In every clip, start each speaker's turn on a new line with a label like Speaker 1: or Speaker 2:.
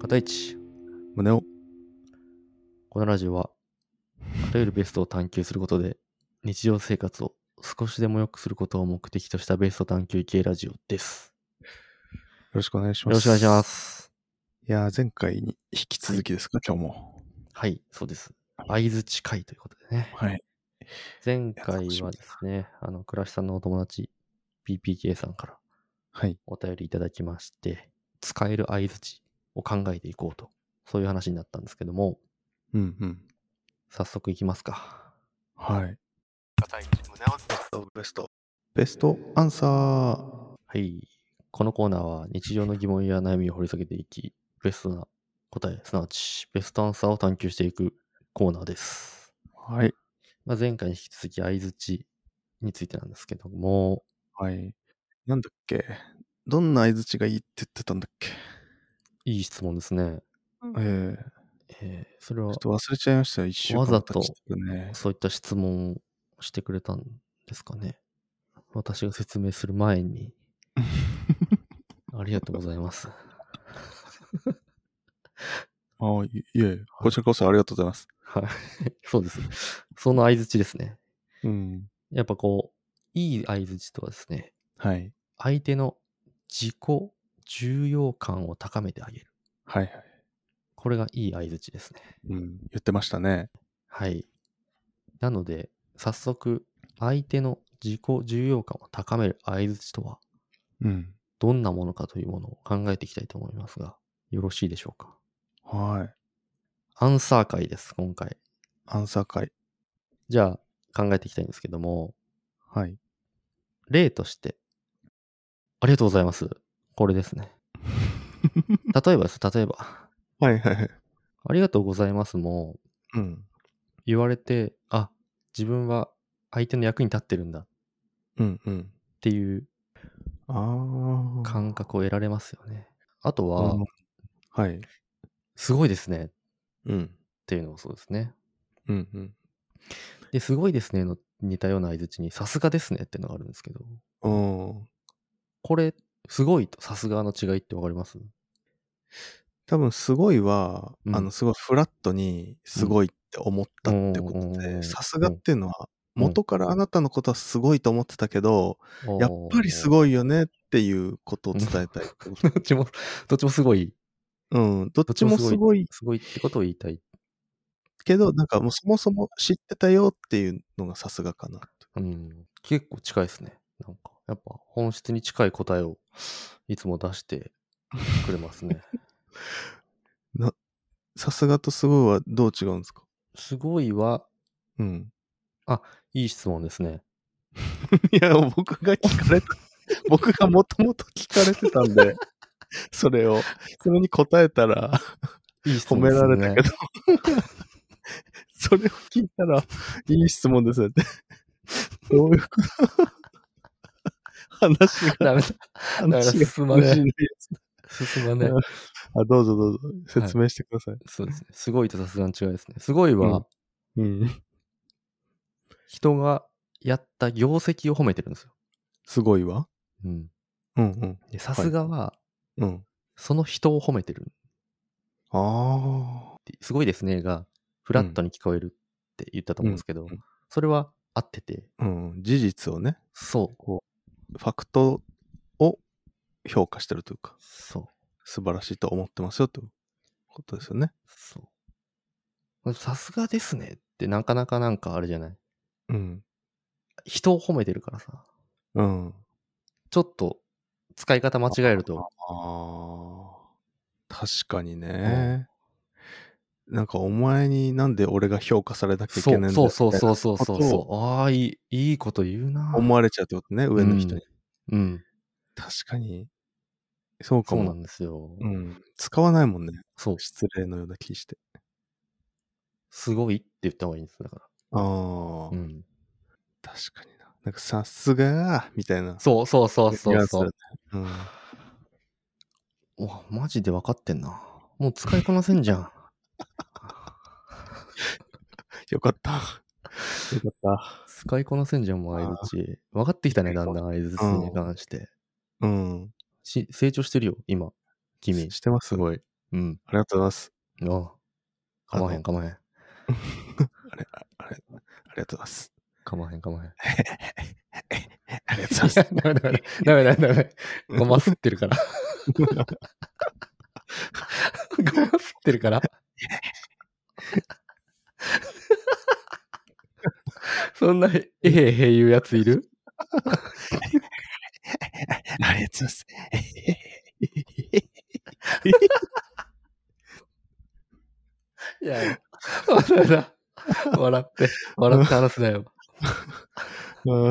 Speaker 1: 片一
Speaker 2: 胸を
Speaker 1: このラジオはあらゆるベストを探求することで日常生活を少しでも良くすることを目的としたベスト探求系ラジオです
Speaker 2: よろしくお願いし
Speaker 1: よ
Speaker 2: ます。。
Speaker 1: ろしくお願いしますす
Speaker 2: いやー、前回に引き続きですか、今日も。
Speaker 1: はいそうです相づち会ということでね
Speaker 2: はい。
Speaker 1: 前回
Speaker 2: 楽しみ
Speaker 1: は
Speaker 2: だ
Speaker 1: ですねあの倉石さんのお友達 PPK さんから
Speaker 2: はい。
Speaker 1: お便りいただきまして使える相づちを考えていこうとそういう話になったんですけども
Speaker 2: うんうん。
Speaker 1: 早速いきますか
Speaker 2: はい。
Speaker 3: 片一胸をベストベスト
Speaker 2: ベストアンサー。
Speaker 1: はい。このコーナーは日常の疑問や悩みを掘り下げていき、ベストな答え、すなわちベストアンサーを探求していくコーナーです。
Speaker 2: はい。
Speaker 1: まあ、前回に引き続き相づちについてなんですけども、
Speaker 2: はい。なんだっけどんな相づちがいいって言ってたんだっけ
Speaker 1: いい質問ですね。
Speaker 2: ええ
Speaker 1: えーそれは
Speaker 2: ちょっと忘れちゃいましたよ、一週間
Speaker 1: わざと
Speaker 2: 経ちてね。
Speaker 1: そういった質問をしてくれたんですかね。私が説明する前に、 ありがとうございます。
Speaker 2: ああ、いいえ、こちらこそありがとうございます。
Speaker 1: はい。そうです。その相づちですね。
Speaker 2: うん。
Speaker 1: やっぱこう、いい相づちとはですね、
Speaker 2: はい。
Speaker 1: 相手の自己重要感を高めてあげる。
Speaker 2: はいはい。
Speaker 1: これがいい相づちですね。
Speaker 2: うん。言ってましたね。
Speaker 1: はい。なので、早速、相手の自己重要感を高める相づちとは、
Speaker 2: うん。
Speaker 1: どんなものかというものを考えていきたいと思いますが、よろしいでしょうか。
Speaker 2: はい。
Speaker 1: アンサー会です、今回。
Speaker 2: アンサー会。
Speaker 1: じゃあ、考えていきたいんですけども、
Speaker 2: はい。
Speaker 1: 例として、ありがとうございます。これですね。例えばです、例えば、
Speaker 2: はいはいはい。
Speaker 1: ありがとうございますも、
Speaker 2: うん。
Speaker 1: 言われて、あ、自分は相手の役に立ってるんだっ
Speaker 2: うんうん。
Speaker 1: ていう
Speaker 2: ああ。
Speaker 1: 感覚を得られますよね。あとは
Speaker 2: うん、はい。
Speaker 1: すごいですねっ
Speaker 2: うん。
Speaker 1: ていうのもそうですね。
Speaker 2: うんうん。
Speaker 1: で、すごいですねの似たような相づちに、さすがですねっていうのがあるんですけど、
Speaker 2: うん。
Speaker 1: これ、すごいとさすがの違いってわかります
Speaker 2: 多分、すごいは、
Speaker 1: うん
Speaker 2: あの、すごいフラットに、すごいって思ったってこ
Speaker 1: うん
Speaker 2: と
Speaker 1: うん
Speaker 2: で、さすがっていうのは、元からあなたのことはすごいと思ってたけど、やっぱりす
Speaker 1: い。
Speaker 2: ごいよねっていうことを伝えたいってこと。
Speaker 1: どっちも、どっちもすごい。
Speaker 2: うん。どっ
Speaker 1: どっ
Speaker 2: ちもすごい
Speaker 1: すごいってことを言いたい。
Speaker 2: けど、なんかもうそもそも知ってたよっていうのがさすがかなと。
Speaker 1: うん。結構近いですね。なんか、やっぱ本質に近い答えをいつも出してくれます ね。
Speaker 2: さすがとすごいはどう違うんですか
Speaker 1: すごいは、
Speaker 2: うん。
Speaker 1: いい質問ですね。
Speaker 2: いや、僕が聞か れた、僕がもともと聞かれてたんで、それを、それに答えたら、
Speaker 1: いい質
Speaker 2: 褒
Speaker 1: 問
Speaker 2: め
Speaker 1: です、ね。
Speaker 2: られたけど、それを聞いたら、いい質問ですねって。どういうこと話が、
Speaker 1: ダメだ
Speaker 2: 話が
Speaker 1: 進まない
Speaker 2: 通じや
Speaker 1: だ。進まね。
Speaker 2: つあ、どうぞどうぞ、説明してください。
Speaker 1: そうですね。すごいとさすがの違いですね。すごい
Speaker 2: うん
Speaker 1: は、
Speaker 2: うん。
Speaker 1: 人がやった業績を褒めてるんですよ。
Speaker 2: すごいわ。
Speaker 1: うん。
Speaker 2: うんうん。
Speaker 1: でさすがは、
Speaker 2: うん。
Speaker 1: その人を褒めてる。
Speaker 2: ああ。
Speaker 1: すごいですねが、フラットに聞こえるって言ったと思うんですけど、
Speaker 2: うんうん
Speaker 1: それは合ってて、
Speaker 2: うん。事実をね、
Speaker 1: そう、
Speaker 2: ファクトを評価してるというか、
Speaker 1: そう、
Speaker 2: 素晴らしいと思ってますよということですよね。
Speaker 1: そう。さすがですねってなかなかなんかあれじゃない。
Speaker 2: うん。
Speaker 1: 人を褒めてるからさ、
Speaker 2: うん。
Speaker 1: ちょっと使い方間違えると、
Speaker 2: ああ、確かにね。なんかお前になんで俺が評価されなきゃいけ
Speaker 1: そ
Speaker 2: ないんだ
Speaker 1: う
Speaker 2: よ
Speaker 1: そうそう
Speaker 2: みたい
Speaker 1: そうそうそう
Speaker 2: みたいな
Speaker 1: そう。ああ、いい、いいこと言うな
Speaker 2: な。思われちゃうってことね、上の人に。
Speaker 1: うん。
Speaker 2: 確かに。そうか
Speaker 1: そう
Speaker 2: も。
Speaker 1: なんですよ。
Speaker 2: うん使わないもんね。
Speaker 1: そう。
Speaker 2: 失礼のような気して。
Speaker 1: すごいって言った方がいいんです。だか
Speaker 2: ああ、
Speaker 1: ら。うん。
Speaker 2: 確かにな。なんかさすがーみたいな。
Speaker 1: そうそうそう
Speaker 2: ニュ
Speaker 1: そ
Speaker 2: ア
Speaker 1: う
Speaker 2: ンスだ
Speaker 1: そう
Speaker 2: ね。うん。
Speaker 1: うわ、マジで分かってんな。もう使いこなせんじゃん。
Speaker 2: よかった。よかっ
Speaker 1: 使いこなせんじゃん、もう相づち。分かってきたね、だんだん相づちに関して。
Speaker 2: た。うん。
Speaker 1: し成長してるよ、今。君。
Speaker 2: してます。すごい。
Speaker 1: うん。
Speaker 2: ありがとうございます。
Speaker 1: おうかまへん、かまへん。
Speaker 2: あれ、ああれ、ありがとうございます。
Speaker 1: かまへん、かま へん。
Speaker 2: ありがとうございます。
Speaker 1: ダメダメダメダメダメ。ごますってるから。 ごますってるから。 そんな、えへへ言うやついる
Speaker 2: ありがとうござい ます。
Speaker 1: いや、笑う な笑って、笑って話すなよ。
Speaker 2: うん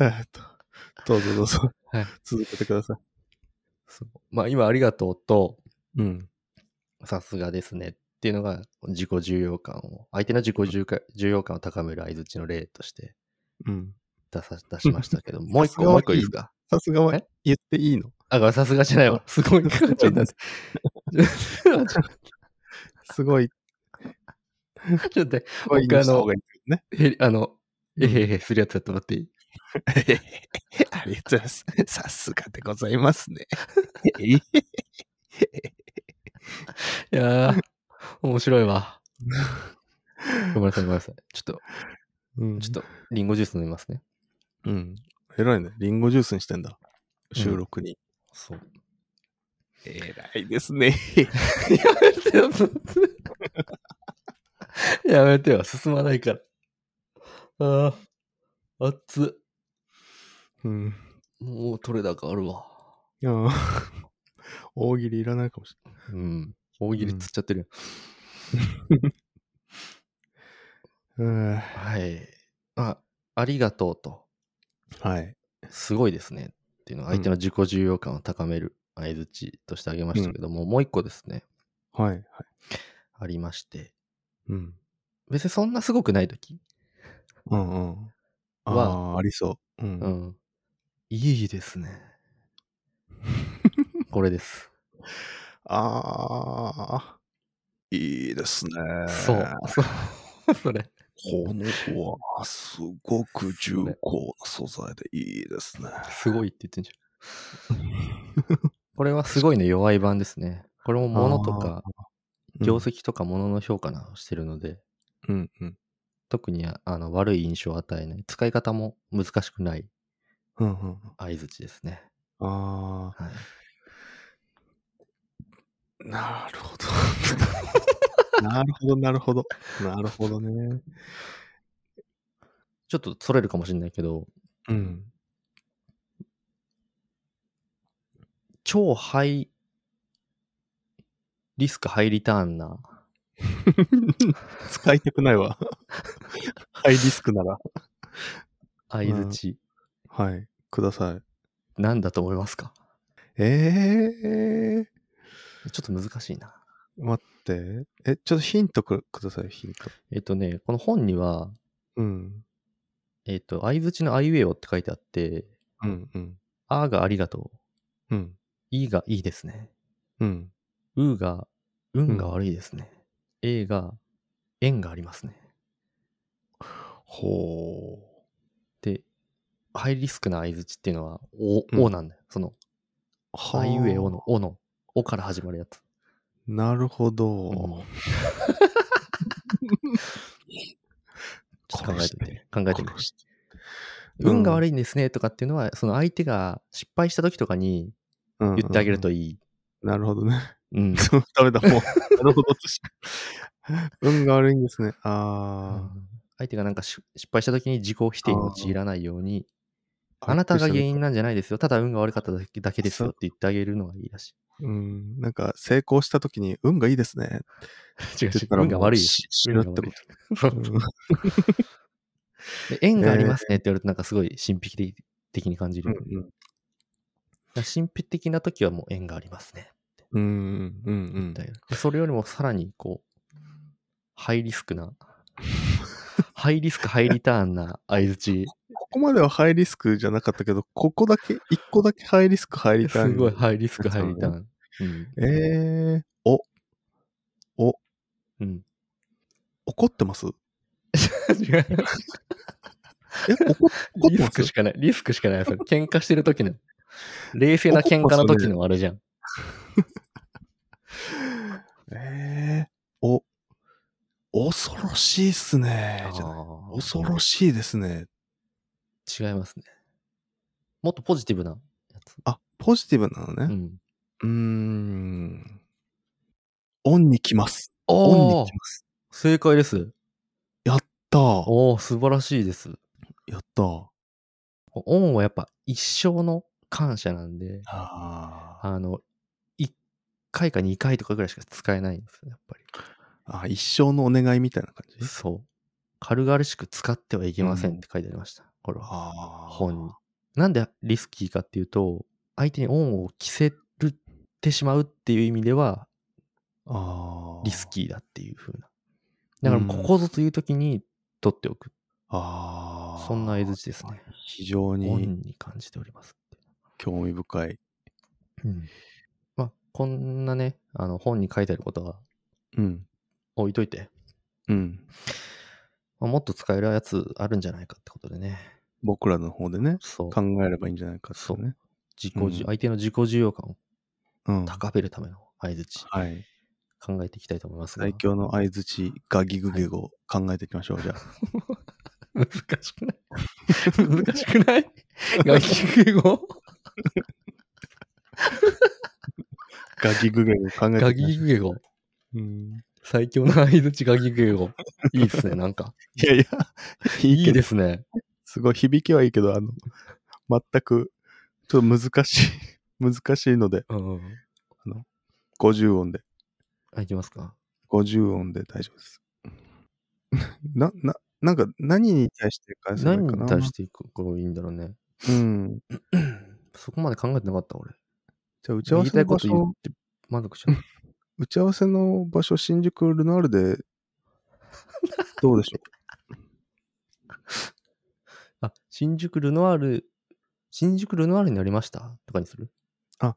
Speaker 2: えっと、どうぞどうぞ、
Speaker 1: はい
Speaker 2: 続けてください。
Speaker 1: そう まあ今、ありがとうと、
Speaker 2: うん。
Speaker 1: さすがですねっていうのが自己重要感を、相手の自己重要重要感を高める相づちの例として
Speaker 2: うん。
Speaker 1: 出さ出しましたけど、もう一個、
Speaker 2: さすが
Speaker 1: もう
Speaker 2: は
Speaker 1: 一個いいですか
Speaker 2: さすがは
Speaker 1: え
Speaker 2: 言っていい の
Speaker 1: あ、ごめんさすがじゃないわ。すごい。ちょっと待って。ちょっと待って
Speaker 2: すごい、
Speaker 1: ちょっと待って。
Speaker 2: すごい
Speaker 1: 僕
Speaker 2: 言
Speaker 1: あ
Speaker 2: いした
Speaker 1: の
Speaker 2: 方がいいけどね。
Speaker 1: へあの、えへへするやつやったらっていい
Speaker 2: ありがとうございます。さすがでございますね。
Speaker 1: いやー、面白いわ。 ごめんなさい、ごめんなさい。ちょっと、
Speaker 2: うん
Speaker 1: ちょっと、リンゴジュース飲みますね。
Speaker 2: うん。偉いね。リンゴジュースにしてんだ。収録に。
Speaker 1: そう。
Speaker 2: 偉いですね。
Speaker 1: やめてよ、そ やめてよ、進まないから。ああ、熱っ。
Speaker 2: うん。
Speaker 1: もう取れ高あるわ。
Speaker 2: いやー 大喜利いらないかもし
Speaker 1: うん。大喜利つっちゃってる。
Speaker 2: れない。
Speaker 1: はい。あ、ありがとうと。
Speaker 2: うん。はい。
Speaker 1: すごいですねっていうのは相手の自己重要感を高める相づちとしてあげましたけども、もう一個ですね、
Speaker 2: はい。はい。
Speaker 1: ありまして、
Speaker 2: うん。
Speaker 1: 別にそんなすごくないとき、
Speaker 2: うんうん。あ
Speaker 1: は
Speaker 2: あ、ありそう。う。
Speaker 1: うんん、いいです ね。これです。
Speaker 2: ああ、いいですね。
Speaker 1: そう。そう それ。
Speaker 2: この子はすごく重厚な素材でいいですね。
Speaker 1: すごいって言ってんじゃん。これはすごいの弱い版ですね。これも物とか、業績とか物の評価などをしてるので、
Speaker 2: うんうん。
Speaker 1: 特にあの悪い印象を与えない、使い方も難しくない
Speaker 2: うんうん。
Speaker 1: 相づちですね。
Speaker 2: あ
Speaker 1: はい
Speaker 2: あ、なるほど。 なるほど、なるほど。なるほどね。
Speaker 1: ちょっとそれるかもしれないけど、
Speaker 2: うん。
Speaker 1: 超ハイ、リスクハイリターンな、
Speaker 2: 使いたくない わ。ハイリスクなら。
Speaker 1: 相づち、
Speaker 2: はい。ください。
Speaker 1: なんだと思いますか
Speaker 2: ええー。
Speaker 1: ちょっと難しいな。
Speaker 2: 待って。え、ちょっとヒントくください、ヒント。
Speaker 1: えっ、とね、この本には、
Speaker 2: うん。
Speaker 1: えっ、と、相づちのあいうえおって書いてあって、
Speaker 2: うん、うん。
Speaker 1: あーがありがとう、
Speaker 2: うん。
Speaker 1: いがいいですね、
Speaker 2: うん。
Speaker 1: うーが運が
Speaker 2: うん
Speaker 1: 悪いですね、えーが縁がありますね。
Speaker 2: ほ
Speaker 1: で、ハイリスクな相づちっていうのは、お、
Speaker 2: うん
Speaker 1: おなんだよ。その、
Speaker 2: う。は
Speaker 1: あいうえおの、おの、おから始まるやつ。
Speaker 2: なるほど。
Speaker 1: うんちょっと考
Speaker 2: 殺
Speaker 1: え
Speaker 2: してて
Speaker 1: みて。考えてみて。
Speaker 2: 殺してうん
Speaker 1: 運が悪いんですねとかっていうのは、その相手が失敗した時とかに
Speaker 2: 言
Speaker 1: 言ってあげるといい。
Speaker 2: なるほどね。
Speaker 1: うん。
Speaker 2: ダメだ、もう。 なるほどとしか。運が悪いんですね。あ
Speaker 1: 相手がなんかし失敗した時に自己否定に陥らないように、
Speaker 2: あ。
Speaker 1: あなたが原因なんじゃないですよ。ただ運が悪かっただけだけですよって言ってあげるのがいいらし
Speaker 2: うん。なんか、成功したときに、運がいいですね。
Speaker 1: い。違う
Speaker 2: っ
Speaker 1: 違う
Speaker 2: て言っ。たら
Speaker 1: 運が悪い
Speaker 2: もう
Speaker 1: です。
Speaker 2: し死ぬってこ
Speaker 1: そう
Speaker 2: と。うん
Speaker 1: で縁がありますねって言われるとなんかすごい神秘的的に感じる。だか
Speaker 2: うん
Speaker 1: ら神秘的な時はもう縁がありますね。
Speaker 2: うんうんうん
Speaker 1: みたいな。でそれよりもさらにこう、ハイリスクな、ハイリスク、ハイリターンな相づち、
Speaker 2: ここまではハイリスクじゃなかったけど、ここだけ、一個だけハイリスク、ハイリター
Speaker 1: す
Speaker 2: ン。
Speaker 1: ごいハイリスク、ハイリターン。
Speaker 2: えー、お、
Speaker 1: うん。うん。
Speaker 2: 怒ってます
Speaker 1: 違う。
Speaker 2: え、怒っ怒っ
Speaker 1: リ
Speaker 2: てま
Speaker 1: ス
Speaker 2: す
Speaker 1: クしかない。リスクしかない。それ喧嘩してる時の。冷静な喧嘩の時のあれじゃん。
Speaker 2: 恐ろしいっすね
Speaker 1: あ。
Speaker 2: じゃない
Speaker 1: ー
Speaker 2: 恐ろしいですね。
Speaker 1: 違いますね。もっとポジティブなやつ。
Speaker 2: あ、ポジティブなの
Speaker 1: う
Speaker 2: ね。
Speaker 1: ん。
Speaker 2: うーん。オンに来ます。オン
Speaker 1: お
Speaker 2: に来ます。
Speaker 1: 正解です。
Speaker 2: だー
Speaker 1: おお素晴らしいです。
Speaker 2: やったー。
Speaker 1: オンはやっぱ一生の感謝なんで、
Speaker 2: あー
Speaker 1: あの、1回か2回とかぐらいしか使えないんですよ、やっぱ
Speaker 2: あ、一生のお願いみたいな感
Speaker 1: り。
Speaker 2: じ。
Speaker 1: そう。軽々しく使ってはいけませんって書いてありました。これは。
Speaker 2: あー
Speaker 1: 本に。なんでリスキーかっていうと、相手にオンを着せるってしまうっていう意味では、
Speaker 2: あー
Speaker 1: リスキーだっていう風な。だから、ここぞという時に取っておく。
Speaker 2: ああ。
Speaker 1: そんな絵図ですね。
Speaker 2: 非常
Speaker 1: オ
Speaker 2: に
Speaker 1: ンに感じておりますって
Speaker 2: 興味深い。
Speaker 1: まあ、こんなね、あの、本に書いてあることは
Speaker 2: うん。
Speaker 1: 置いといて、
Speaker 2: うん。
Speaker 1: まあもっと使えるやつあるんじゃないかってことでね。
Speaker 2: 僕らの方でね、
Speaker 1: そう。
Speaker 2: 考えればいいんじゃないかっていうね。
Speaker 1: 自己
Speaker 2: うん
Speaker 1: じ相手の自己重要感を
Speaker 2: うん。
Speaker 1: 高めるための相づち、
Speaker 2: はい。
Speaker 1: 考えていきたいと思いますが。
Speaker 2: 最強の相づち、ガギグゲゴ、考えていきましょう、じゃ あ。
Speaker 1: 難しくない難しくない楽器語
Speaker 2: ガギグゲゴ、考えて
Speaker 1: ガ
Speaker 2: いきま
Speaker 1: ギ
Speaker 2: しょ
Speaker 1: グゲ語。
Speaker 2: う。うん
Speaker 1: 最強の相づちガギグゲ語。いいですね、なんか。
Speaker 2: いやいや、い い
Speaker 1: い
Speaker 2: け
Speaker 1: い
Speaker 2: ど
Speaker 1: で、すね。
Speaker 2: すごい、響きはいいけど、あの、全く、ちょっと難しい、 難しいので、
Speaker 1: うん。
Speaker 2: 50音で、
Speaker 1: あ、いきますか。
Speaker 2: 50音で大丈夫です。 な、な、なんか、何に対して返せばいい
Speaker 1: 何
Speaker 2: かな
Speaker 1: に対していくからいいんだろうね。
Speaker 2: うん。
Speaker 1: そこまで考えてなかった、俺。
Speaker 2: じゃあ、打ち合
Speaker 1: 言い
Speaker 2: わせ
Speaker 1: た
Speaker 2: の
Speaker 1: いこ
Speaker 2: 場
Speaker 1: と言っ
Speaker 2: 所、
Speaker 1: て満足しちゃう。
Speaker 2: 打ち合わせの場所、新宿ルナー ルで、どうでしょ
Speaker 1: あ、新宿ルノアール、新宿ルノアールになりましたとかにする
Speaker 2: う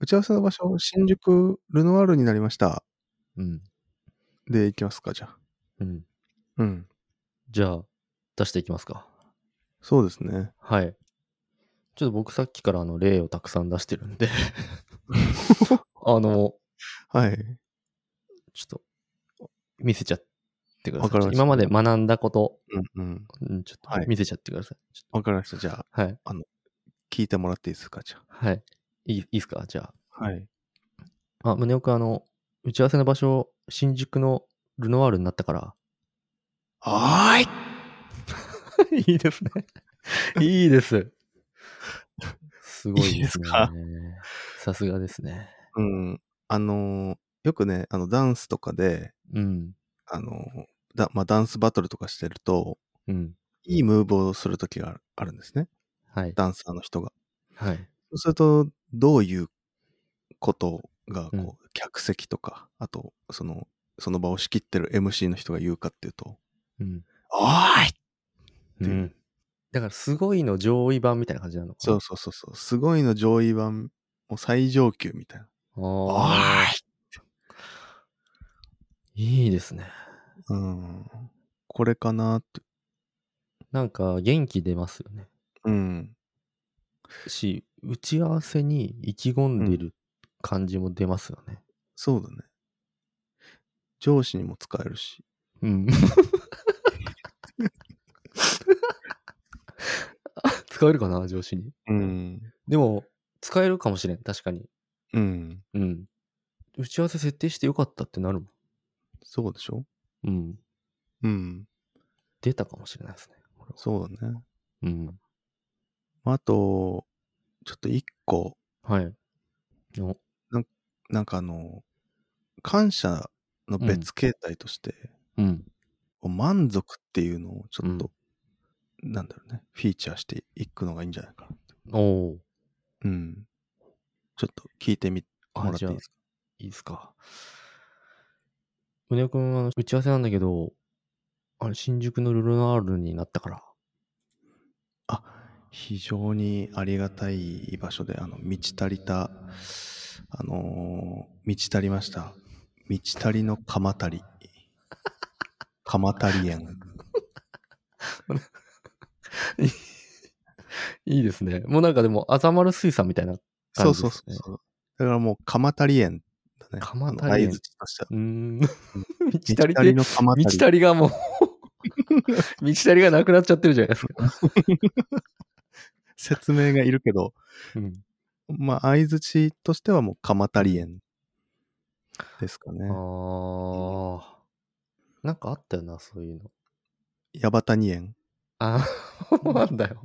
Speaker 2: 打ち合わせの場所、新宿ルノワールになりました。
Speaker 1: うん。
Speaker 2: で、行きますか、じゃあ。
Speaker 1: うん。
Speaker 2: うん。
Speaker 1: じゃあ、出していきますか。
Speaker 2: そうですね。
Speaker 1: はい。ちょっと僕さっきからあの例をたくさん出してるん であの、
Speaker 2: はい。
Speaker 1: ちょっと見せちゃってくだ
Speaker 2: わ
Speaker 1: さ
Speaker 2: か
Speaker 1: い
Speaker 2: り。ました
Speaker 1: 今まで学んだこと、
Speaker 2: うんうん。
Speaker 1: うんちょっ
Speaker 2: は
Speaker 1: と
Speaker 2: い
Speaker 1: 見せちゃってください。ちょ
Speaker 2: わかりました。じゃあ、
Speaker 1: っとはい。
Speaker 2: 聞いてもらっていいですか、じゃ
Speaker 1: はい。いいいいですかじゃ
Speaker 2: あ。はい。
Speaker 1: あ。あ、宗岡、あの、打ち合わせの場所、新宿のルノワールになったから。
Speaker 2: はーい
Speaker 1: いいですね。 いいです。す ごいですね。
Speaker 2: いいですか
Speaker 1: さすがですね。
Speaker 2: うん。あのーよくね、あの、ダンスとかで、
Speaker 1: うん。
Speaker 2: あのーだまあ、ダンスバトルとかしてると、
Speaker 1: うん。
Speaker 2: いいムーブをするときがあるあるんですね。
Speaker 1: はい。
Speaker 2: ダンサーの人が。
Speaker 1: はい。
Speaker 2: そうすると、どういうことが、こう、
Speaker 1: うん
Speaker 2: 客席とか、あと、その、その場を仕切ってる MC の人が言うかっていうと、
Speaker 1: うん。
Speaker 2: おーい
Speaker 1: うん
Speaker 2: う
Speaker 1: だから、すごいの上位版みたいな感じなのか
Speaker 2: そうそうそうそう、すごいの上位版、もう最上級みたいな。
Speaker 1: う。
Speaker 2: お
Speaker 1: あ
Speaker 2: ー
Speaker 1: あ、
Speaker 2: い
Speaker 1: いいですね。
Speaker 2: うん。これかなって。
Speaker 1: なんか、元気出ますよね。
Speaker 2: うん。
Speaker 1: し、打ち合わせに意気込んでる感じも出ますよね。
Speaker 2: そうだね。上司にも使えるし。
Speaker 1: うん。 使えるかな、上司に。
Speaker 2: うん。
Speaker 1: でも、使えるかもしれん、確かに。
Speaker 2: うん。
Speaker 1: うん。打ち合わせ設定してよかったってなるも
Speaker 2: そうでしょ
Speaker 1: ん。うん。
Speaker 2: うん。
Speaker 1: 出たかもしれないですね。これは
Speaker 2: そうだね。
Speaker 1: うん。
Speaker 2: あと、ちょっと一個、
Speaker 1: はい。お
Speaker 2: なんかあの、感謝の別形態として、
Speaker 1: うん。
Speaker 2: 満足っていうのをちょっと、
Speaker 1: う
Speaker 2: なんだろうね、フィーチャーしていくのがいいんじゃないかな。
Speaker 1: おお。
Speaker 2: うん。ちょっと聞いてみ、
Speaker 1: あ
Speaker 2: もらって
Speaker 1: じ
Speaker 2: い
Speaker 1: ゃあ
Speaker 2: いですか
Speaker 1: いいですか。宗くん、あの、打ち合わせなんだけど、あれ、新宿のルルナールになったから。
Speaker 2: あ、非常にありがたい場所で、あの、満ち足りた、あのー満ち足りました。満ち足りの鎌足り。鎌足 り園。
Speaker 1: いいですね。もうなんかでも、あざまる水産みたいな
Speaker 2: そ
Speaker 1: 感
Speaker 2: う
Speaker 1: じで
Speaker 2: そう
Speaker 1: す
Speaker 2: そ
Speaker 1: ね。
Speaker 2: うそう。だからもう鎌足り園ね。
Speaker 1: 鎌足り
Speaker 2: 合図としては。
Speaker 1: うー ん。満
Speaker 2: 道
Speaker 1: ち足りで、
Speaker 2: の鎌
Speaker 1: 満
Speaker 2: 足
Speaker 1: ち
Speaker 2: り。
Speaker 1: 足りがもう、 満ち足りがなくなっちゃってるじゃないですか。
Speaker 2: 説明がいるけど、
Speaker 1: うん。
Speaker 2: まあ、合図としてはもう鎌足り園ですかね。
Speaker 1: ああ。なんかあったよな、そういうの。
Speaker 2: 矢端に園。
Speaker 1: あ あ、なんだよ。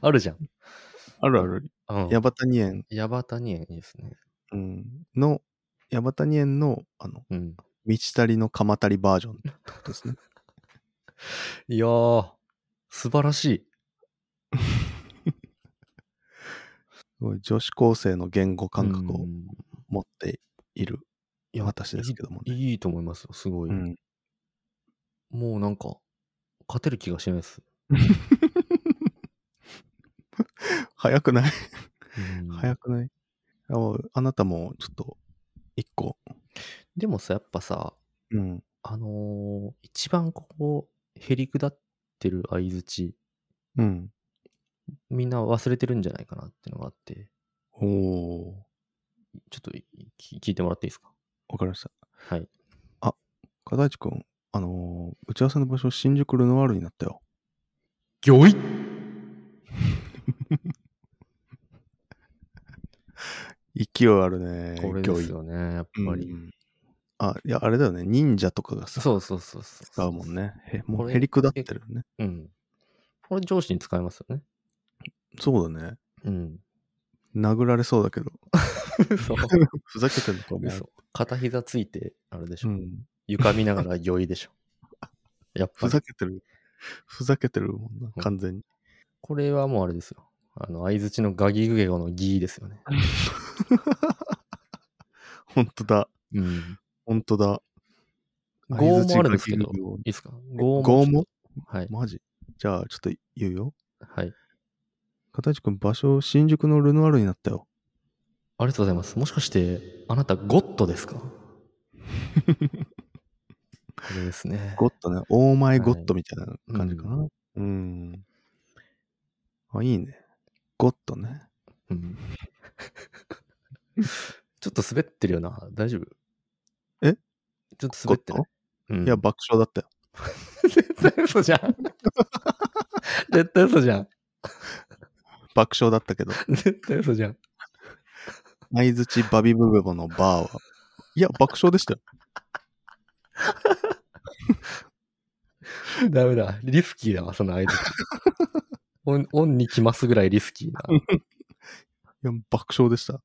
Speaker 1: あるじゃん。
Speaker 2: あるある。
Speaker 1: うん。
Speaker 2: 矢端に園、
Speaker 1: やばたにえいいですね。
Speaker 2: うん、の、矢端に園の、あの、
Speaker 1: うん。
Speaker 2: 道足りの鎌足りバージョンってことですね。
Speaker 1: いやー、素晴らしい。
Speaker 2: すごい女子高生の言語感覚
Speaker 1: う
Speaker 2: を
Speaker 1: ん
Speaker 2: 持っている
Speaker 1: いや
Speaker 2: 私ですけどもね。
Speaker 1: いいと思いますよ、すごい。
Speaker 2: うん、
Speaker 1: もうなんか、勝てる気がしないです。
Speaker 2: 早くない
Speaker 1: うん
Speaker 2: 早くないあもうあなたもちょっと一個、
Speaker 1: でもさ、やっぱさ、
Speaker 2: うん、
Speaker 1: あのー一番ここ、へりくだってる相づち、
Speaker 2: うん。
Speaker 1: みんな忘れてるんじゃないかなってのがあって、
Speaker 2: おお
Speaker 1: ちょっといき聞いてもらっていいですか
Speaker 2: ー、わかりました。
Speaker 1: はい。
Speaker 2: 片市くん、あのー打ち合わせの場所、新宿ルノワールになったよ。
Speaker 1: ギョイ
Speaker 2: 勢いあるね。
Speaker 1: これ
Speaker 2: 勢い
Speaker 1: ですよね、やっぱり。
Speaker 2: うんあ、いや、あれだよね。忍者とかがさ、
Speaker 1: そうそうそうそう。
Speaker 2: 使うもんね。へも
Speaker 1: こ
Speaker 2: う
Speaker 1: れ
Speaker 2: へりくだってるね。
Speaker 1: うん。これ上司に使えますよね。
Speaker 2: そうだね。
Speaker 1: うん。
Speaker 2: 殴られそうだ けど。
Speaker 1: そう。
Speaker 2: ふざけてるのかもね。
Speaker 1: 嘘片膝ついて、あれでしょ。
Speaker 2: うん。
Speaker 1: 床見ながら 酔いでしょ。やっぱ
Speaker 2: ふ
Speaker 1: り
Speaker 2: ざけてる。ふざけてるもんな、
Speaker 1: うん
Speaker 2: 完全に。
Speaker 1: これはもうあれですよ。あの、相づちのガギグゲゴのギーですよね。
Speaker 2: ほんとだ。
Speaker 1: うん。
Speaker 2: ほんとだ。
Speaker 1: 剛もあるんですけど、い
Speaker 2: ど
Speaker 1: い。ですか
Speaker 2: ゴ
Speaker 1: 剛
Speaker 2: ーも
Speaker 1: はい。
Speaker 2: マジじゃあ、ちょっと言うよ。
Speaker 1: はい。
Speaker 2: 片市くん、場所、新宿のルノワールになったよ。
Speaker 1: ありがとうございます。もしかして、あなたゴッドですか これですね。
Speaker 2: ゴッドね。オーマイゴッドみたいな感じかな。
Speaker 1: は
Speaker 2: うん。あ、いいね。ゴッドね。
Speaker 1: うん、 ちょっと滑ってるよな。大丈夫
Speaker 2: え
Speaker 1: ちょっと滑ってない、うん
Speaker 2: いや、爆笑だったよ。
Speaker 1: 絶対嘘じゃ ん。絶対嘘じゃん。
Speaker 2: 爆笑だったけど。
Speaker 1: 絶対嘘じゃん。
Speaker 2: 相づちバビブベボのバーは。いや、爆笑でしたよ。
Speaker 1: ダメだ。リスキーだわ、その相槌。オン、オンに来ますぐらいリスキーな。
Speaker 2: いや、爆笑でした。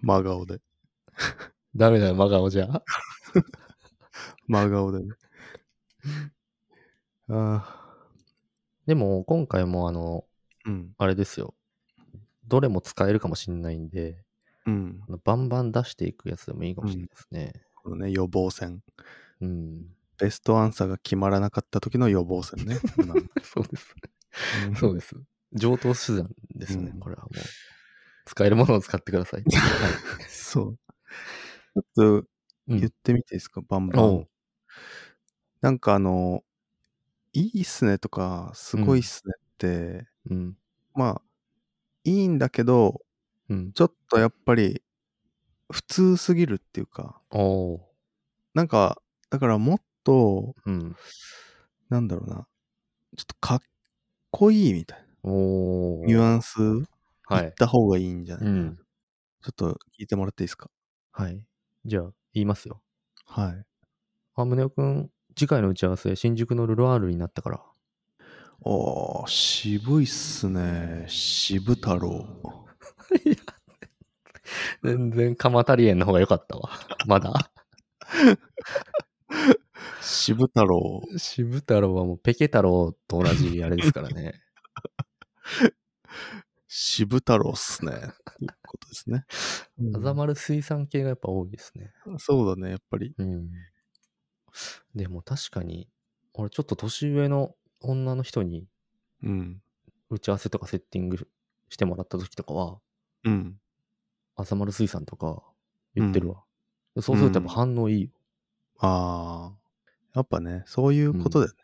Speaker 2: 真顔で。
Speaker 1: ダメだよ、真顔じゃ。
Speaker 2: 真顔でね。ああ。
Speaker 1: でも、今回もあの、
Speaker 2: うん。
Speaker 1: あれですよ。どれも使えるかもしんないんで、
Speaker 2: うん
Speaker 1: あ。のバンバン出していくやつでもいいかもしれないですね。
Speaker 2: このね、予防線。
Speaker 1: うん。
Speaker 2: ベストアンサーが決まらなかった時の予防線 ね。今の
Speaker 1: そうです。そうです。上等手段ですね、
Speaker 2: うん
Speaker 1: これはもう。使えるものを使ってください。はい
Speaker 2: そう。ちょっと
Speaker 1: うん
Speaker 2: 言ってみていいですか、バンバ
Speaker 1: お
Speaker 2: ン
Speaker 1: う。
Speaker 2: なんかあの、いいっすねとか、すごいっすねって、
Speaker 1: うん。
Speaker 2: まあ、いいんだけど、
Speaker 1: うん。
Speaker 2: ちょっとやっぱり、普通すぎるっていうか、
Speaker 1: おう。
Speaker 2: なんか、だからもっと、
Speaker 1: うん。
Speaker 2: なんだろうな、ちょっとかっこいいみたい
Speaker 1: お
Speaker 2: な、ニュ
Speaker 1: ー。
Speaker 2: アンス、言
Speaker 1: は
Speaker 2: っ
Speaker 1: い。
Speaker 2: た方がいいんじゃな
Speaker 1: う
Speaker 2: い、
Speaker 1: ん。
Speaker 2: ちょっと聞いてもらっていいですか
Speaker 1: はい。じゃあ、言いますよ。
Speaker 2: はい。
Speaker 1: あ、宗男くん、次回の打ち合わせ、新宿のルロアールになったから。
Speaker 2: おー、渋いっすね。渋太郎。
Speaker 1: 全然、鎌足り園の方が良かったわ。 まだ。
Speaker 2: 渋太郎。
Speaker 1: 渋太郎はもう、ペケ太郎と同じあれですから ね。
Speaker 2: 渋太郎っすね。ということですね。
Speaker 1: あざまる水産系がやっぱ多いですね。
Speaker 2: そうだね、やっぱり。
Speaker 1: うん。でも確かに、俺ちょっと年上の女の人に
Speaker 2: うん。
Speaker 1: 打ち合わせとかセッティングしてもらった時とかは、
Speaker 2: うん。
Speaker 1: あざまる水産とか言ってるわ。そうするとやっぱ反応いいよ。
Speaker 2: ああ。やっぱね、そういうことだよね。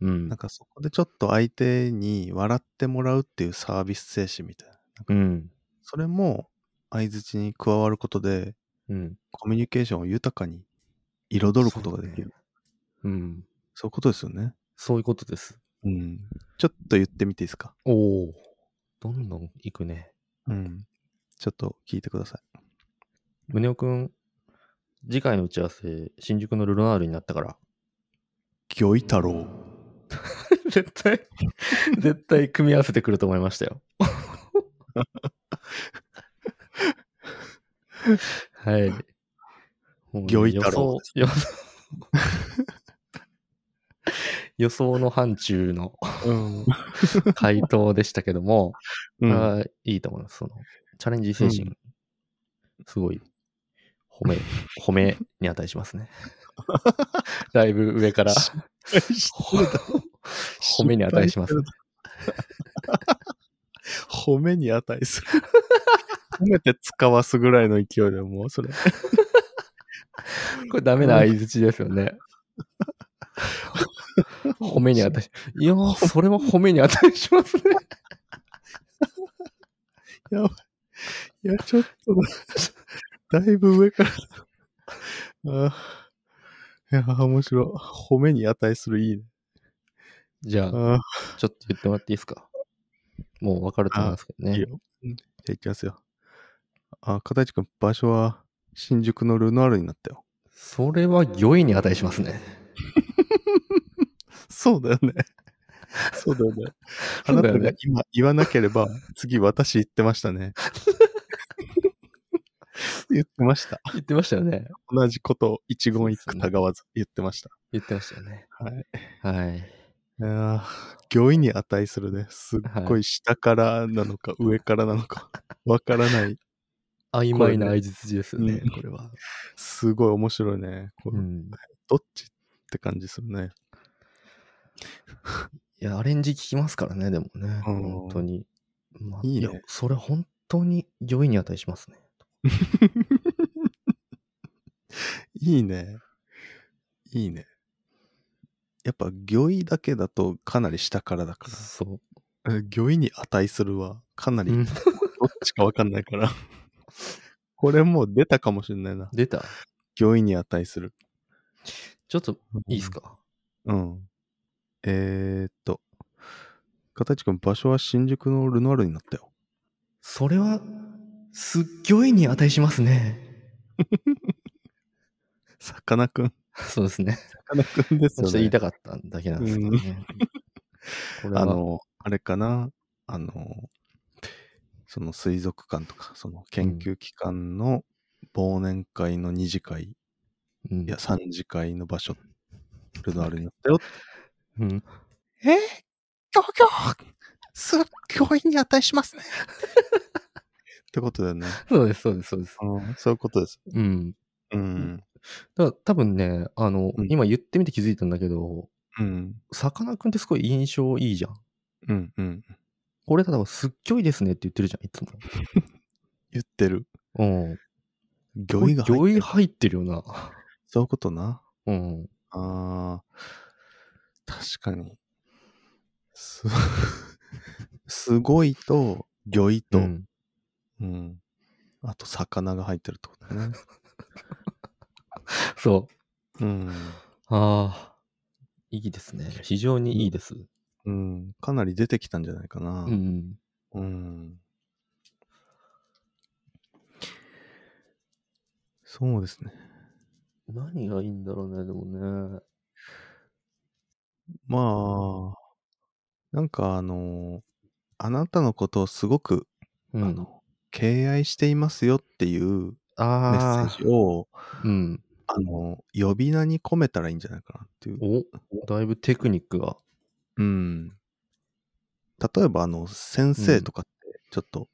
Speaker 1: うん
Speaker 2: なん。かそこでちょっと相手に笑ってもらうっていうサービス精神みたいな。なんか
Speaker 1: うん。
Speaker 2: それも相づちに加わることで、
Speaker 1: うん。
Speaker 2: コミュニケーションを豊かに彩ることができる。
Speaker 1: うん。
Speaker 2: そういうことですよね。
Speaker 1: そういうことです。
Speaker 2: うん。ちょっと言ってみていいですか
Speaker 1: おお。どんどん行くね。
Speaker 2: うん。ちょっと聞いてください。
Speaker 1: 宗男くん、次回の打ち合わせ、新宿のルロナールになったから。
Speaker 2: 魚井太郎。
Speaker 1: 絶対、絶対組み合わせてくると思いましたよ。はい。もうね
Speaker 2: 魚井太郎
Speaker 1: 予想、予想予想の範疇の
Speaker 2: うん。
Speaker 1: 回答でしたけども、こ
Speaker 2: う
Speaker 1: れ
Speaker 2: ん、
Speaker 1: はいいと思います。そのチャレンジ精神、
Speaker 2: う
Speaker 1: すごい褒 め、褒めに値しますね。 だいぶ上から
Speaker 2: し
Speaker 1: 褒めに値しますね。
Speaker 2: 褒めに値する。褒めて使わすぐらいの勢いでもうそれ。
Speaker 1: これダメな相づちですよね。褒めに値し、いやー、それは褒めに値し ますね。
Speaker 2: やばい。いや、ちょっと、だいぶ上から。あーいやー、面白い。褒めに値するいいね。
Speaker 1: じゃあ、
Speaker 2: あ
Speaker 1: ちょっと言ってもらっていいですか。もうわかると思いますけど
Speaker 2: ーいい
Speaker 1: ね。
Speaker 2: よ。うんじゃあ、いきますよ。あ、片市くん、場所は新宿のルノアールになったよ。
Speaker 1: それは良いに値しますね。
Speaker 2: そうだよ ね。そうだよね。あ
Speaker 1: そう
Speaker 2: な
Speaker 1: だ
Speaker 2: た
Speaker 1: よね
Speaker 2: が今言わなければ、次私言ってまし たね。言ってました。
Speaker 1: 言ってましたよね。
Speaker 2: 同じことを一言一句たがわず言ってました。
Speaker 1: 言ってましたよね。
Speaker 2: はい。
Speaker 1: はい。
Speaker 2: いやー行為に値するね。すっごい下から なのか上からなのかわからない。
Speaker 1: 曖昧な相づちですね、
Speaker 2: うん
Speaker 1: これは。
Speaker 2: すごい面白いね。こう
Speaker 1: うん。
Speaker 2: どっちって感じするね。
Speaker 1: いや、アレンジ効きますからね、でもね。
Speaker 2: うん
Speaker 1: 本当に。まあ
Speaker 2: いいね
Speaker 1: やそれ本当に良いに値しますね。
Speaker 2: いいね。いいね。やっぱ行為だけだとかなり下からだか
Speaker 1: そう。
Speaker 2: ら。え行為に値するはかなり
Speaker 1: う
Speaker 2: どっ
Speaker 1: ん
Speaker 2: ちかわかんないから。これもう出たかもしれないな。
Speaker 1: 出た。
Speaker 2: 行為に値する。
Speaker 1: ちょっといいですか。
Speaker 2: うん。えー、っと、片市君、場所は新宿のルノアールになったよ。
Speaker 1: それは、すっごいに値しますね。
Speaker 2: さかなクン。
Speaker 1: そうですね。
Speaker 2: さかなクンです
Speaker 1: ちょっ
Speaker 2: よ
Speaker 1: と言い
Speaker 2: ね。
Speaker 1: たかっただけなん ですけどね。これは
Speaker 2: あ、の、あれかな、あの、その水族館とか、その研究機関の忘年会の二次会、
Speaker 1: うん
Speaker 2: いや、三次会の場所、ルノアールになったよ。
Speaker 1: うん
Speaker 2: えー、東京すっごいに値しますね。ってことだよね。
Speaker 1: そうです、そうです、そうです。
Speaker 2: そういうことです。
Speaker 1: うん。
Speaker 2: うん。
Speaker 1: だから多分ね、あの、
Speaker 2: うん
Speaker 1: 今言ってみて気づいたんだけど、
Speaker 2: うん。
Speaker 1: さかなクンってすごい印象いいじゃん。
Speaker 2: うんうん。
Speaker 1: 俺例えばすっきょいですねって言ってるじゃん、いつも。
Speaker 2: 言ってる。
Speaker 1: うん。
Speaker 2: 魚意が入っ
Speaker 1: 魚意入ってるよな。
Speaker 2: そういうことな。
Speaker 1: うん。
Speaker 2: あー確かに。す、すごいと、魚意と、
Speaker 1: う
Speaker 2: うん、
Speaker 1: ん
Speaker 2: あと、魚が入ってるってことだね。
Speaker 1: そう。
Speaker 2: うん。
Speaker 1: ああ。いいですね。非常にいいです。
Speaker 2: うん。かなり出てきたんじゃないかな。
Speaker 1: うん。
Speaker 2: うんそうですね。
Speaker 1: 何がいいんだろうね、でもね。
Speaker 2: まあ、なんかあの、あなたのことをすごく
Speaker 1: う
Speaker 2: あ
Speaker 1: ん。
Speaker 2: の、敬愛していますよっていうメッ
Speaker 1: あ
Speaker 2: セージを、
Speaker 1: あ。うん。
Speaker 2: あの、呼び名に込めたらいいんじゃないかなっていう。
Speaker 1: おだいぶテクニックが。
Speaker 2: うん。例えば、あの、先生とかって、ちょっと、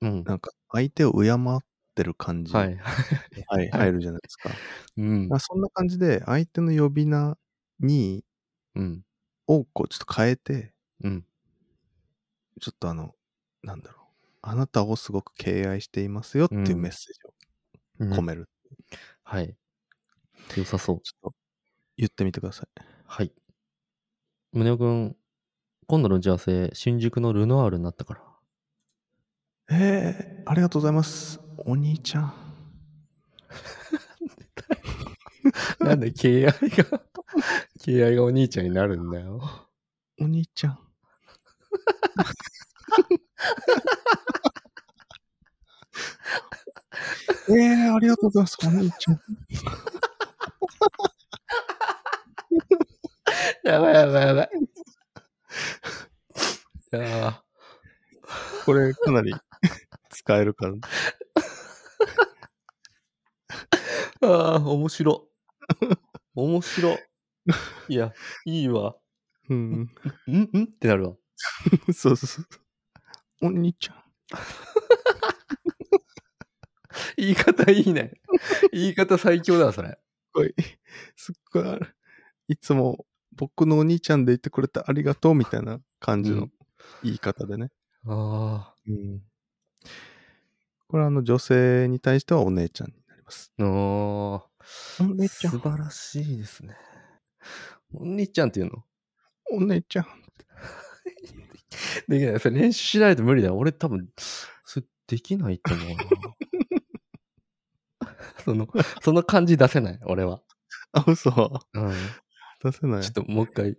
Speaker 1: うん。
Speaker 2: なんか、相手を敬ってる感じ、
Speaker 1: はい。
Speaker 2: はい入るじゃないですか。
Speaker 1: うん
Speaker 2: まあ、。そんな感じで、相手の呼び名に、
Speaker 1: うん。
Speaker 2: をこう、ちょっと変えて、
Speaker 1: うん。
Speaker 2: ちょっとあの、なんだろう。あなたをすごく敬愛していますよっていうメッセ
Speaker 1: う
Speaker 2: ー
Speaker 1: ん
Speaker 2: ジを込める。
Speaker 1: はい。良さそう。
Speaker 2: ちょっと、言ってみてください。
Speaker 1: はい。宗男くん、今度の打ち合わせ、新宿のルノアールになったから。
Speaker 2: えー、ありがとうございます。お兄ちゃん。
Speaker 1: なんで敬愛が、敬愛がお兄ちゃんになるんだよ。
Speaker 2: お兄ちゃん。えー、ありがとうございます。お兄ちゃん。
Speaker 1: やばいやばいやばい。 いや
Speaker 2: これ、かなり使えるから。
Speaker 1: ー あー、面白。 面白。いや、いいわ。
Speaker 2: うん。
Speaker 1: んんってなるわ。
Speaker 2: そうそうそう。お兄ちゃん。
Speaker 1: 言い方いい ね。言い方最強だわ、それ。
Speaker 2: すっごい、すっごいある、いつも僕のお兄ちゃんで言ってくれてありがとうみたいな感じ
Speaker 1: う
Speaker 2: の
Speaker 1: ん
Speaker 2: 言い方でね。
Speaker 1: あ
Speaker 2: これはあの女性に対してはお姉ちゃんになります。
Speaker 1: あ。お
Speaker 2: お
Speaker 1: ー
Speaker 2: 姉ちゃ
Speaker 1: 素
Speaker 2: ん、
Speaker 1: 晴らしいですね。お兄ちゃんっていうの
Speaker 2: お姉ちゃん。
Speaker 1: できない。それ練習しないと無理だよ。俺多分、それできないと思うな。 その、その感じ出せない、俺は。
Speaker 2: あ、嘘。
Speaker 1: うん。
Speaker 2: 出せない
Speaker 1: ちょっ。ともう一回。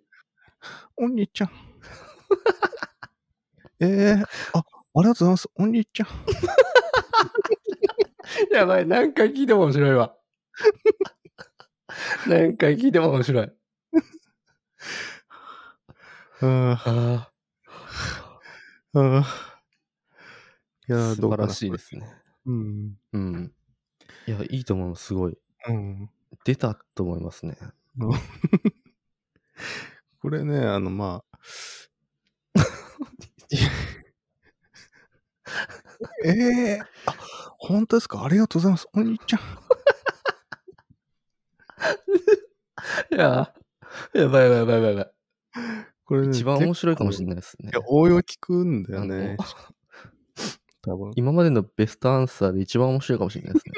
Speaker 2: お兄ちゃん。 えー、あ、ありがとうございます。お兄ちゃん。
Speaker 1: やばい、何回聞いても面白い わ。何回聞いても面白い。
Speaker 2: あ
Speaker 1: ああ、
Speaker 2: ーあー。いやー、。
Speaker 1: 素晴らしいですすね。
Speaker 2: うん。
Speaker 1: うん。いや、いいと思います。すごい。
Speaker 2: うん。
Speaker 1: 出たと思いますね。
Speaker 2: これね、あの、まあ。 ええあ、本当ですかありがとうございます。お兄ちゃん。
Speaker 1: いやー、やばいやばいやばいやばい。
Speaker 2: これね、
Speaker 1: 一番面白いかもしれないですね
Speaker 2: い。や、応用聞くんだよね
Speaker 1: あ。
Speaker 2: 多分。
Speaker 1: 今までのベストアンサーで一番面白いかもしれない ですね。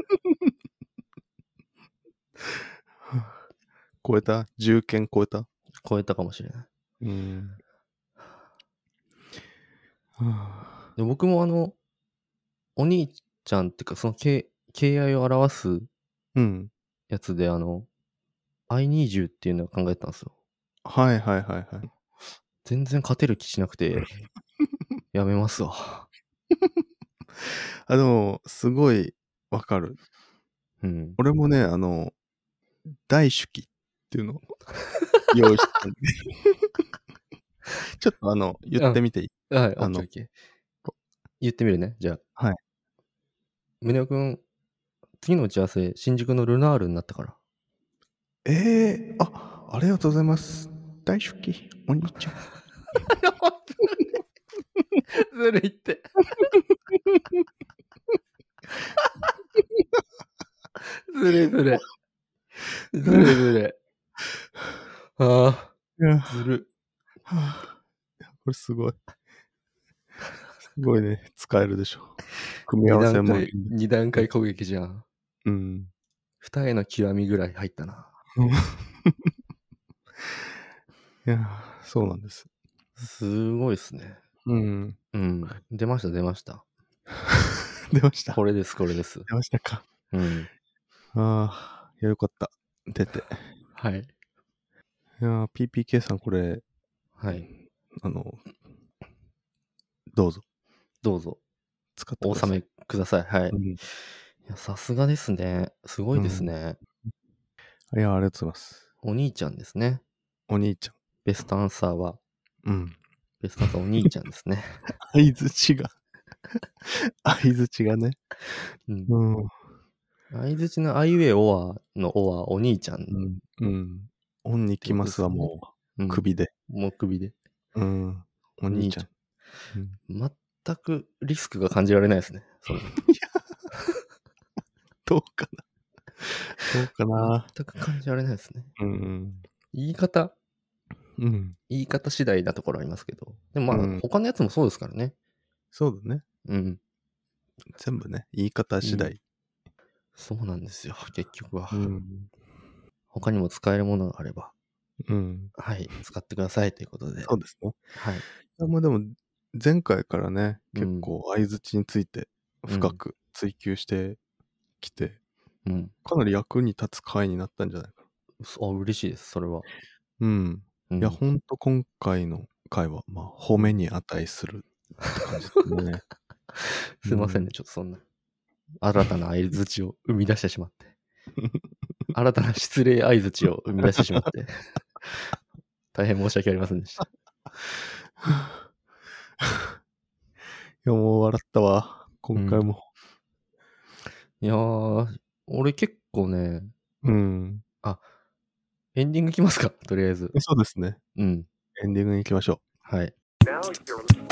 Speaker 2: 超えた ?10 件超えた
Speaker 1: 超えたかもしれない。
Speaker 2: うん。はあ
Speaker 1: で僕もあの、お兄ちゃんっていうか、その敬敬愛を表す
Speaker 2: うん。
Speaker 1: やつで、あの、I need you っていうのを考えてたんですよ。
Speaker 2: はいはいはいはい。
Speaker 1: 全然勝てる気しなくて、やめますわ。
Speaker 2: あ、でも、すごいわかる。
Speaker 1: うん。
Speaker 2: 俺もね、あの、大手記っていうのを用意してるちょっとあの、言ってみていい
Speaker 1: はい、
Speaker 2: あ
Speaker 1: あ
Speaker 2: の
Speaker 1: の、オッケー言ってみるね、じゃあ。
Speaker 2: はい。
Speaker 1: 宗男くん、次の打ち合わせ、新宿のルナールになったから。
Speaker 2: ええあ、ありがとうございます。大手記、お兄ちゃん。
Speaker 1: ずるいって。ずるいずるい。ずるいずるい。 あ
Speaker 2: いや、
Speaker 1: あ、ずる
Speaker 2: これすごい。すごいね、使えるでしょ。組
Speaker 1: い。
Speaker 2: み合
Speaker 1: 二
Speaker 2: わせ
Speaker 1: 段
Speaker 2: も。
Speaker 1: 階、二段階攻撃じゃん。
Speaker 2: うん。
Speaker 1: 二重の極みぐらい入ったな。
Speaker 2: いや、そうなんです。
Speaker 1: すごいっすね。
Speaker 2: うん。
Speaker 1: うん。出ました、出ました。
Speaker 2: 出ました。
Speaker 1: これです、これです。
Speaker 2: 出ましたか。
Speaker 1: うん。
Speaker 2: ああ、いやよかった。出て。い
Speaker 1: はい。
Speaker 2: やー、PPK さん、これ、
Speaker 1: はい。
Speaker 2: あの、どうぞ。
Speaker 1: どうぞ、
Speaker 2: 使って
Speaker 1: お
Speaker 2: ください。
Speaker 1: 納めください。はい。い
Speaker 2: うん
Speaker 1: や、さすがですね。すごいですね。
Speaker 2: いや、ありがとうございます。
Speaker 1: お兄ちゃんですね。
Speaker 2: お兄ち
Speaker 1: ベストアンサーは、
Speaker 2: ゃん。うん。
Speaker 1: ベストアンサーお兄ちゃんですね。
Speaker 2: 相づちが。 相づちがね。
Speaker 1: うん。
Speaker 2: うん。う
Speaker 1: 相づちのあいうえおはのおはお兄ちゃん。
Speaker 2: ん。うん。オンに来ますはも
Speaker 1: う
Speaker 2: う、
Speaker 1: ん、。
Speaker 2: 首で。
Speaker 1: もう首で。
Speaker 2: うん。お兄ちゃん。
Speaker 1: 全くリスクが感じられないですね。その
Speaker 2: どうかな。どうかな。
Speaker 1: 全く感じられないですね。
Speaker 2: うん。
Speaker 1: 言い方、
Speaker 2: うん。
Speaker 1: 言い方次第なところありますけど。でも
Speaker 2: う
Speaker 1: ま
Speaker 2: ん
Speaker 1: あ、他のやつもそうですからね。
Speaker 2: そうだね。
Speaker 1: うん。
Speaker 2: 全部ね、言い方次第。
Speaker 1: そうなんですよ、結局は。
Speaker 2: ん。
Speaker 1: 他にも使えるものがあれば、
Speaker 2: うん。
Speaker 1: はい、使ってくださいということで。
Speaker 2: そうですね。
Speaker 1: はい。
Speaker 2: まあでも、前回からね、
Speaker 1: うん
Speaker 2: 結構相づちについて深く追求してきて
Speaker 1: うん。
Speaker 2: かなり役に立つ回になったんじゃないかな。
Speaker 1: あ、嬉しいです、それは。
Speaker 2: うん。
Speaker 1: うん
Speaker 2: いや、ほんと今回の回は、まあ、褒めに値するって感じですね。
Speaker 1: すいません
Speaker 2: う
Speaker 1: ね、ちょっとそんな。新たな相づちを生み出してしま って。新たな失礼相づちを生み出してしまって。大変申し訳ありませんでした。
Speaker 2: いや、もう笑ったわ。今回も。
Speaker 1: いやー、俺結構ね、
Speaker 2: うん。
Speaker 1: エンディングきますかとりあえず。
Speaker 2: そうですね。
Speaker 1: うん。
Speaker 2: エンディングに行きましょ
Speaker 1: はい。
Speaker 3: Now you're listening to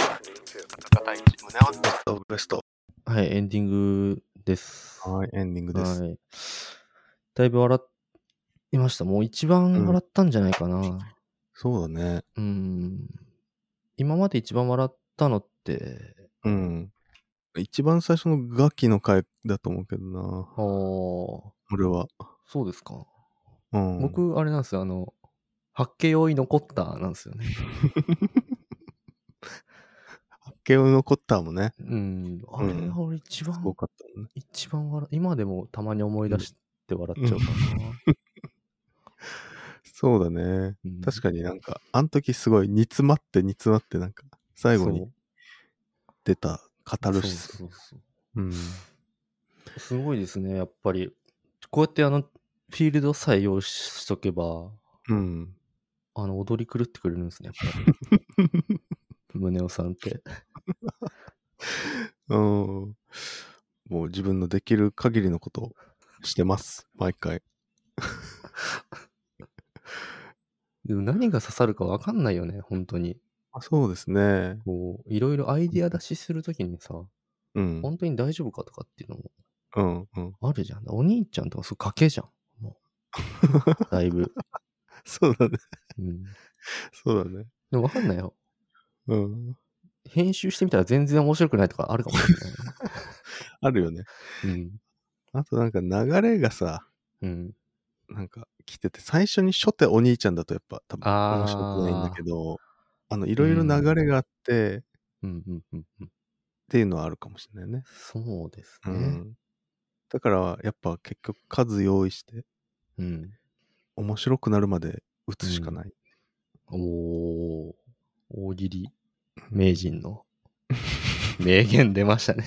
Speaker 3: 片市宗男ベストベスト
Speaker 1: はい、エンディングです。
Speaker 2: う。はい、エンディングです。
Speaker 1: はい。だいぶ笑いました。もう一番笑ったんじゃないかな。
Speaker 2: そうだね。
Speaker 1: うん。今まで一番笑ったのって、
Speaker 2: うん。一番最初のガキの回だと思うけどな。
Speaker 1: あー
Speaker 2: 俺は。
Speaker 1: そうですか。
Speaker 2: うん。、
Speaker 1: 僕、あれなんですよ。あの、発見を残ったなんですよね。
Speaker 2: ケオのコッターもね、
Speaker 1: うん。あれが俺一番
Speaker 2: す、ごかったもんね。
Speaker 1: 一番笑、今でもたまに思い出して笑っちゃうかな。
Speaker 2: そうだね。
Speaker 1: うん
Speaker 2: 確かになんか、あの時すごい煮詰まって煮詰まってなんか、最後
Speaker 1: そ
Speaker 2: に
Speaker 1: う
Speaker 2: 出たカタルシス。
Speaker 1: そうそうそう
Speaker 2: うん。
Speaker 1: すごいですね、やっぱり。こうやってあの、フィールド採用しとけば、
Speaker 2: うん。
Speaker 1: あの、踊り狂ってくれるんですね、やっぱり。宗男さんって。
Speaker 2: うん。もう自分のできる限りのことをしてます。毎回。
Speaker 1: でも何が刺さるかわかんないよね、本当に。
Speaker 2: あそうですね。
Speaker 1: こう、いろいろアイディア出しするときにさ、
Speaker 2: うん。
Speaker 1: 本当に大丈夫かとかっていうのも
Speaker 2: うん。うん。
Speaker 1: あるじゃん。お兄ちゃんとかそう賭けじゃん。もうだいぶ。
Speaker 2: そうだね。
Speaker 1: うん。
Speaker 2: そうだね。
Speaker 1: でもわかんないよ。
Speaker 2: うん。
Speaker 1: 編集してみたら全然面白くないとかあるかもし
Speaker 2: あるよね。
Speaker 1: れない。
Speaker 2: あとなんか流れがさ、
Speaker 1: うん。うん。
Speaker 2: なんか来てて、最初に初手お兄ちゃんだとやっぱ多分
Speaker 1: あー
Speaker 2: 面白くないんだけど、あの、いろいろ流れがあって、っ
Speaker 1: うんうんうんうん。
Speaker 2: ていうのはあるかもしれないね。
Speaker 1: そうです
Speaker 2: う
Speaker 1: ね。
Speaker 2: ん。だからやっぱ結局数用意して、
Speaker 1: うん。
Speaker 2: 面白くなるまで打つしかない。
Speaker 1: おー、大喜利名人の名言出ましたね。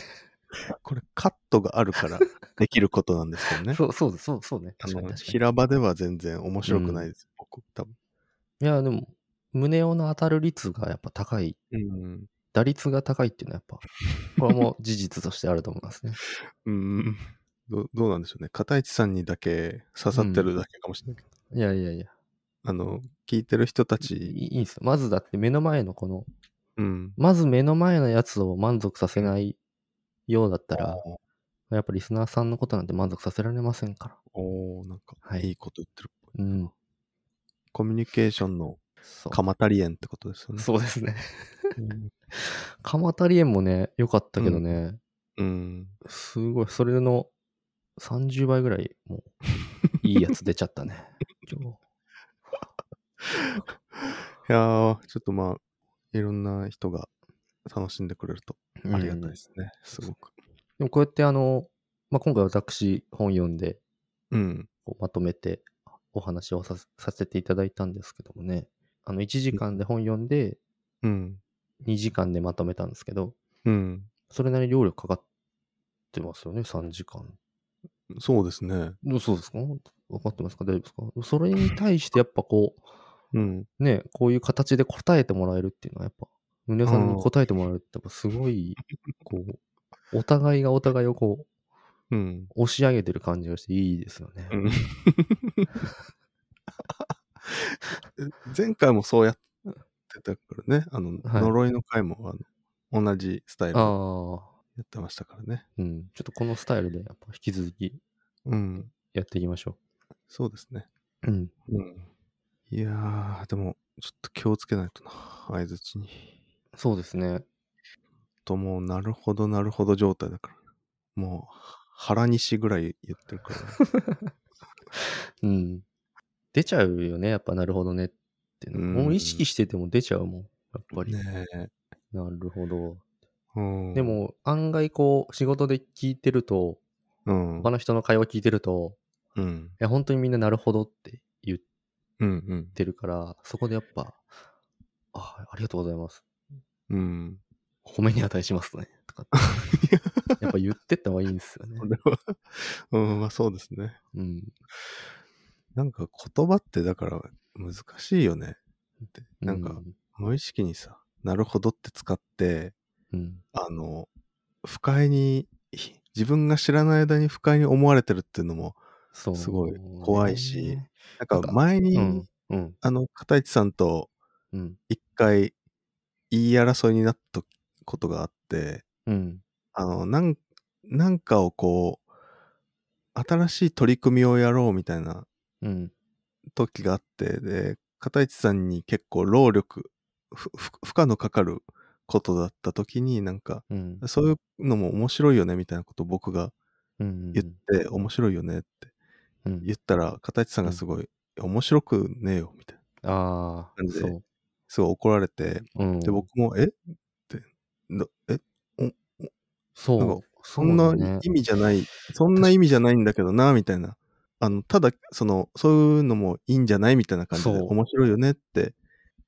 Speaker 2: これカットがあ るからできることなんですけどね。
Speaker 1: そう、そうだ、そう、そうね。
Speaker 2: あ
Speaker 1: 確かに
Speaker 2: の
Speaker 1: 確かに。
Speaker 2: 平場では全然面白くないです、僕、多分。
Speaker 1: いや、でも、胸をの当たる率がやっぱ高い、
Speaker 2: うん。
Speaker 1: 打率が高いっていうのはやっぱ、これはもう事実としてあると思いますね。
Speaker 2: うん。どどうなんでしょうね。片市さんにだけ刺さってるだけかもしれないけど、
Speaker 1: いやいやいや、
Speaker 2: あの、聞いてる人た
Speaker 1: い
Speaker 2: ち、
Speaker 1: いいいんですよ。まずだって目の前のこの、
Speaker 2: うん。
Speaker 1: まず目の前のやつを満足させないようだったら、やっぱリスナーさんのことなんて満足させられませんから。
Speaker 2: おおなんか、
Speaker 1: はい
Speaker 2: いいこと言ってる。
Speaker 1: うん。
Speaker 2: コミュニケーションの
Speaker 1: そう。
Speaker 2: 鎌足り縁ってことですよね。
Speaker 1: そうです ね。
Speaker 2: うん
Speaker 1: 鎌足り園もね、良かったけどね、
Speaker 2: うん。
Speaker 1: すごい、それの30倍ぐらい、もう、いいやつ出ちゃった ね。今
Speaker 2: いやー、ちょっとまあ、いろんな人が楽しんでくれると
Speaker 1: 日。
Speaker 2: ありがたい
Speaker 1: うん
Speaker 2: ですね。すごく。
Speaker 1: でもこうやって、あの、まあ、今回私、本読んで、
Speaker 2: うん。
Speaker 1: こうまとめてお話をさせさせていただいたんですけどもね、あの、1時間で本読んで、
Speaker 2: うん。
Speaker 1: 2時間でまとめたんですけど、
Speaker 2: うん。
Speaker 1: それなりに労力かかってますよね、3時間。
Speaker 2: そうですね。
Speaker 1: どうそうですか分かってますか大丈夫ですかそれに対して、やっぱこう、
Speaker 2: うん。
Speaker 1: ね、こういう形で答えてもらえるっていうのはやっぱ、胸さんに答えてもらえるってやっぱすごい、こう、お互いがお互いをこう、
Speaker 2: うん。
Speaker 1: 押し上げてる感じがしていいですよね。
Speaker 2: うん 前回もそうやってたからね。あの、
Speaker 1: はい
Speaker 2: 呪いの回もあの同じスタイルでや
Speaker 1: ああ、
Speaker 2: ってましたからね。
Speaker 1: うん。ちょっとこのスタイルでやっぱ引き続き
Speaker 2: うん。
Speaker 1: やっていきましょ
Speaker 2: そうですね。
Speaker 1: う。うん。
Speaker 2: うん。いやー、でも、ちょっと気をつけないとな、相づちに。
Speaker 1: そうですね。
Speaker 2: と、もう、なるほど、なるほど状態だから。もう、腹西ぐらい言ってるから。
Speaker 1: うん。出ちゃうよね、やっぱなるほどねっていうの。
Speaker 2: うん
Speaker 1: もう意識してても出ちゃうもん。やっぱり。
Speaker 2: ねえ。
Speaker 1: なるほど。
Speaker 2: うん。
Speaker 1: で、も、案外こう、仕事で聞いてると、
Speaker 2: うん。
Speaker 1: 他の人の会話聞いてると、
Speaker 2: うん。
Speaker 1: いや、本当にみんななるほどって言っ
Speaker 2: うん。
Speaker 1: てるから、そこでやっぱ、あありがとうございます。
Speaker 2: うん。うん。
Speaker 1: 褒めに値しますね。とかって やっぱ言ってった方がいいんですよね
Speaker 2: こ。れは うん、まあそうですね。
Speaker 1: うん。
Speaker 2: なんか言葉ってだから難しいよね。ってなん
Speaker 1: う
Speaker 2: か無意識にさ、なるほどって使って、
Speaker 1: うん。
Speaker 2: あの、不快に、ひ自分が知らない間に不快に思われてるっていうのも、
Speaker 1: そう。
Speaker 2: すごい怖いしなん
Speaker 1: な
Speaker 2: か
Speaker 1: んか
Speaker 2: 前に、
Speaker 1: うん。うん。
Speaker 2: あの、片市さんと
Speaker 1: うん。
Speaker 2: 一回言い争いになったことがあって、
Speaker 1: うん。
Speaker 2: あの、なん、なんかをこう、新しい取り組みをやろうみたいな
Speaker 1: うん。
Speaker 2: 時があって、で、片市さんに結構労力、ふふ負荷のかかることだった時に、なんか、
Speaker 1: うん。
Speaker 2: そういうのも面白いよねみたいなことを僕が
Speaker 1: うん。
Speaker 2: 言って、面白いよねって
Speaker 1: うん
Speaker 2: 言ったら、片市さんがすごい、面白くねえよみたいな、
Speaker 1: ああ
Speaker 2: なん、で
Speaker 1: そう。
Speaker 2: すごい怒られて、
Speaker 1: うん。
Speaker 2: で、僕も、えって、なえ、なんか
Speaker 1: そう。
Speaker 2: そ
Speaker 1: そ
Speaker 2: ん
Speaker 1: うだ
Speaker 2: な
Speaker 1: ね
Speaker 2: 意味じゃない、そんな意味じゃないんだけどな、みたいな。あの、ただ、その、そういうのもいいんじゃないみたいな感じで、
Speaker 1: そう
Speaker 2: 面白いよねって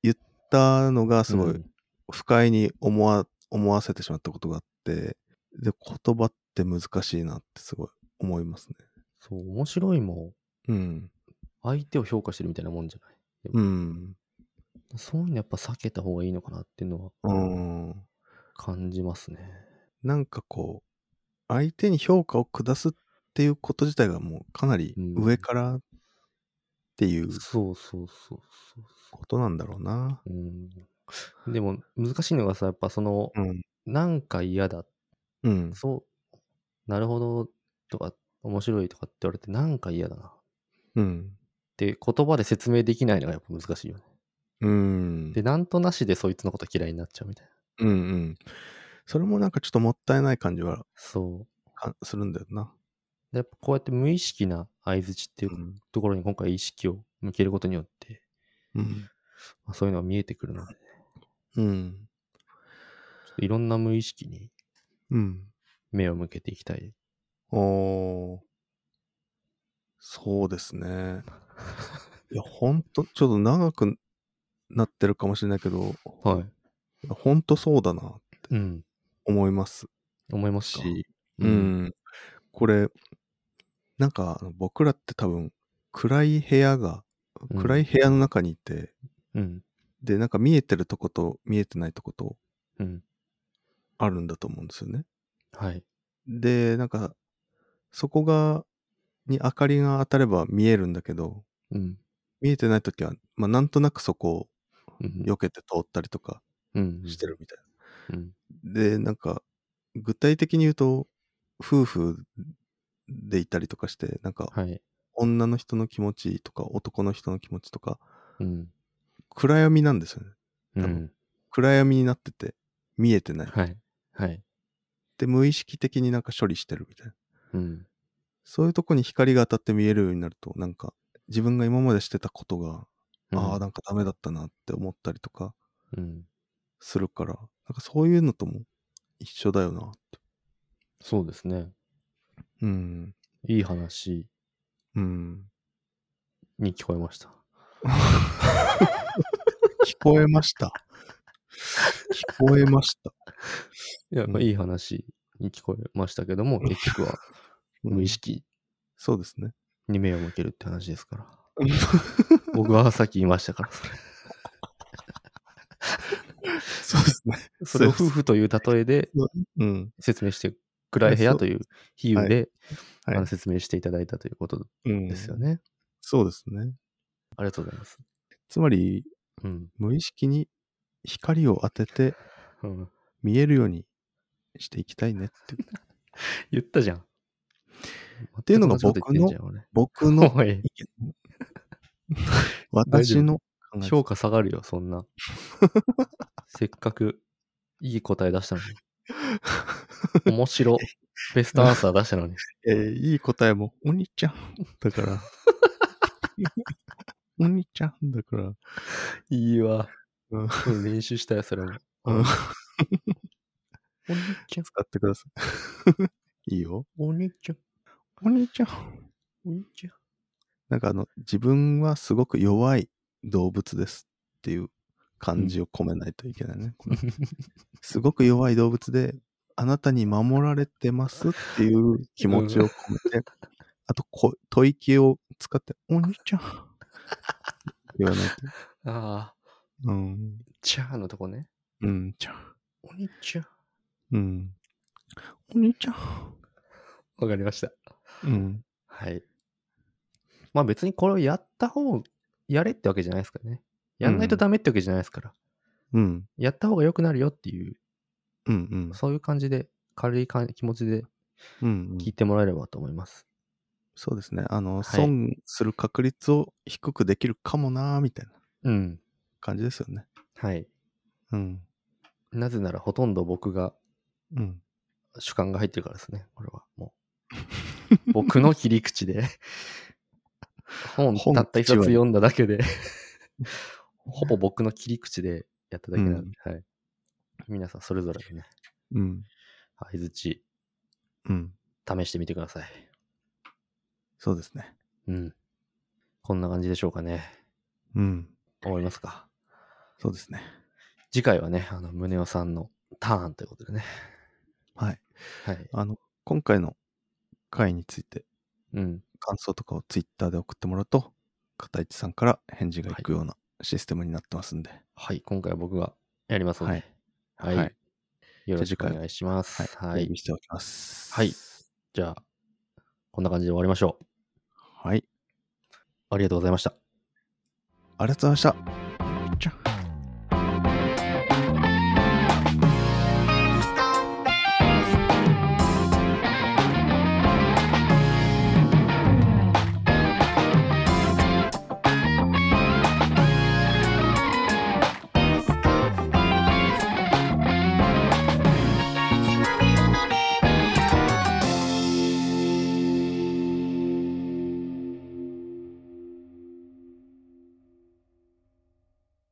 Speaker 2: 言ったのが、すご
Speaker 1: う
Speaker 2: い
Speaker 1: ん
Speaker 2: 不快に思わ、思わせてしまったことがあって、で、言葉って難しいなってすごい思いますね。
Speaker 1: そう、面白いも、
Speaker 2: うん。
Speaker 1: 相手を評価してるみたいなもんじゃない。
Speaker 2: うん。
Speaker 1: そういうのやっぱ避けた方がいいのかなっていうのは
Speaker 2: うん。
Speaker 1: 感じますね。
Speaker 2: なんかこう、相手に評価を下すっていうこと自体がもうかなり
Speaker 1: うん
Speaker 2: 上からっていう
Speaker 1: そうそうそうそう
Speaker 2: ことなんだろうな。
Speaker 1: そう。うん、でも難しいのがさ、やっぱその、
Speaker 2: うん。
Speaker 1: なんか嫌だ、
Speaker 2: うん。
Speaker 1: そう、なるほどとか、面白いとかって言われて、なんか嫌だなっ
Speaker 2: うん。
Speaker 1: て言葉で説明できないのがやっぱ難しいよね。
Speaker 2: うん。
Speaker 1: で、なんとなしでそいつのこと嫌いになっちゃうみたいな。
Speaker 2: うんうん。それもなんかちょっともったいない感じは
Speaker 1: そう。
Speaker 2: かするんだよな。。
Speaker 1: でやっぱこうやって無意識な相づちっていううんところに今回意識を向けることによって、
Speaker 2: うん。
Speaker 1: まあ、そういうのが見えてくるので、ちょ
Speaker 2: うん。
Speaker 1: っといろんな無意識に
Speaker 2: うん。
Speaker 1: 目を向けていきたい。
Speaker 2: おーそうで すね。いや、ほんと、ちょっと長くなってるかもしれないけど、
Speaker 1: はい。
Speaker 2: ほんとそうだな、
Speaker 1: うん。
Speaker 2: 思います
Speaker 1: 思いますか
Speaker 2: し。うん。これ、なんかあの僕らって多分、暗い部屋が、
Speaker 1: うん
Speaker 2: 暗い部屋の中にいて、
Speaker 1: うん。
Speaker 2: で、なんか見えてるとこと見えてないとこと
Speaker 1: うん。
Speaker 2: あるんだと思うんですよね。
Speaker 1: はい。
Speaker 2: で、なんか、そこが、に明かりが当たれば見えるんだけど、
Speaker 1: うん。
Speaker 2: 見えてないときは、まあ、なんとなくそこ
Speaker 1: うん
Speaker 2: を避けて通ったりとか
Speaker 1: うん。
Speaker 2: してるみたい
Speaker 1: うん。
Speaker 2: な。で、なんか、具体的に言うと、夫婦でいたりとかして、なんか、
Speaker 1: はい。
Speaker 2: 女の人の気持ちとか、男の人の気持ちとか、
Speaker 1: うん。
Speaker 2: 暗闇なんですよね。
Speaker 1: う
Speaker 2: 多
Speaker 1: ん
Speaker 2: 分。暗闇になってて、見えてない。
Speaker 1: はい。はい。
Speaker 2: で、無意識的になんか処理してるみたいな。
Speaker 1: うん。
Speaker 2: そういうとこに光が当たって見えるようになると、なんか自分が今までしてたことが、ああ、なんかダメだったなって思ったりとか
Speaker 1: うん。
Speaker 2: するから、なんかそういうのとも一緒だよなって。
Speaker 1: そうですね。
Speaker 2: うん。
Speaker 1: いい話
Speaker 2: うん。
Speaker 1: に聞こえました。
Speaker 2: 聞こえま した。聞こえました。
Speaker 1: いや、やっぱ
Speaker 2: うん
Speaker 1: いい話に聞こえましたけども、結局は
Speaker 2: うん
Speaker 1: 無意識
Speaker 2: そうですね。
Speaker 1: に目を向けるって話ですから。 僕はさっき言いましたから、それ。
Speaker 2: そうですね。
Speaker 1: それを
Speaker 2: そう
Speaker 1: 夫婦という例えで
Speaker 2: うん。
Speaker 1: 説明して、暗い部屋という比喩で、
Speaker 2: はいはい
Speaker 1: あの説明していただいたということ
Speaker 2: うん
Speaker 1: ですよ。ね。
Speaker 2: そうですね。
Speaker 1: ありがとうございます。
Speaker 2: つまり、
Speaker 1: うん。
Speaker 2: 無意識に光を当てて
Speaker 1: うん、
Speaker 2: 見えるようにしていきたいねっていう。
Speaker 1: 言ったじゃん。って
Speaker 2: いうのが僕の
Speaker 1: おい、
Speaker 2: 私の考え
Speaker 1: 評価下がるよ、そんな。せっかくいい答え出したのに。面白。ベストアンサー出したのに。
Speaker 2: えーいい答えも、お兄ちゃんだから。お兄ちゃんだから。
Speaker 1: いいわ。
Speaker 2: う
Speaker 1: うんん、練習したよ、それも。
Speaker 2: うん
Speaker 1: お兄ちゃん、
Speaker 2: 使ってください。いいよ。
Speaker 1: お兄ちゃん。
Speaker 2: お兄ちゃん。お兄ちゃん。なんかあの、自分はすごく弱い動物ですっていう感じを込めないといけないね。このすごく弱い動物で、あなたに守られてますっていう気持ちを込 めて、あとこ、吐息を使って、お兄ちゃん。言わない
Speaker 1: ああ、
Speaker 2: と。うん。
Speaker 1: ちゃーのとこね。
Speaker 2: うん、ちゃん。
Speaker 1: おにちゃー。
Speaker 2: うん。お兄ちゃん。
Speaker 1: わかりました。
Speaker 2: うん。
Speaker 1: はい。まあ別にこれをやった方、やれってわけじゃないですからね。やんないとダメってわけじゃないですから。
Speaker 2: うん。
Speaker 1: やった方が良くなるよっていう、
Speaker 2: うんうん。
Speaker 1: そういう感じで、軽いかん気持ちで
Speaker 2: うんうん
Speaker 1: 聞いてもらえればと思います。
Speaker 2: そうですね。あの、
Speaker 1: い
Speaker 2: 損する確率を低くできるかもなーみたいな
Speaker 1: うん。
Speaker 2: 感じですよね。
Speaker 1: はい。
Speaker 2: うん。
Speaker 1: なぜならほとんど僕が
Speaker 2: うん。
Speaker 1: 主観が入ってるからですね。これはも う。僕の切り口で本
Speaker 2: 本
Speaker 1: たった一冊
Speaker 2: 口は
Speaker 1: 読んだだけ でほぼ僕の切り口でやっただけなんで、はい。皆さんそれぞれね、
Speaker 2: うん。
Speaker 1: 相づち
Speaker 2: うん。
Speaker 1: 試してみてください。
Speaker 2: そうですね。
Speaker 1: うん。こんな感じでしょうかね。
Speaker 2: うん。
Speaker 1: 思いますか。
Speaker 2: そうですね。
Speaker 1: 次回はね、あの、宗男さんのターンということでね。
Speaker 2: はい。
Speaker 1: はい。
Speaker 2: あの、今回の回について
Speaker 1: うん。
Speaker 2: 感想とかをツイッターで送ってもらうと、片市さんから返事がいくようなシステムになってますんで。
Speaker 1: はい。今回は僕がやりますので。はい。
Speaker 2: はい
Speaker 1: よろしくお願いします。は
Speaker 2: は
Speaker 1: い
Speaker 2: い。準備。しておきます。
Speaker 1: はい。じゃあ、こんな感じで終わりましょう。
Speaker 2: はい。
Speaker 1: ありがとうございました。
Speaker 2: ありがとうございました。じゃあ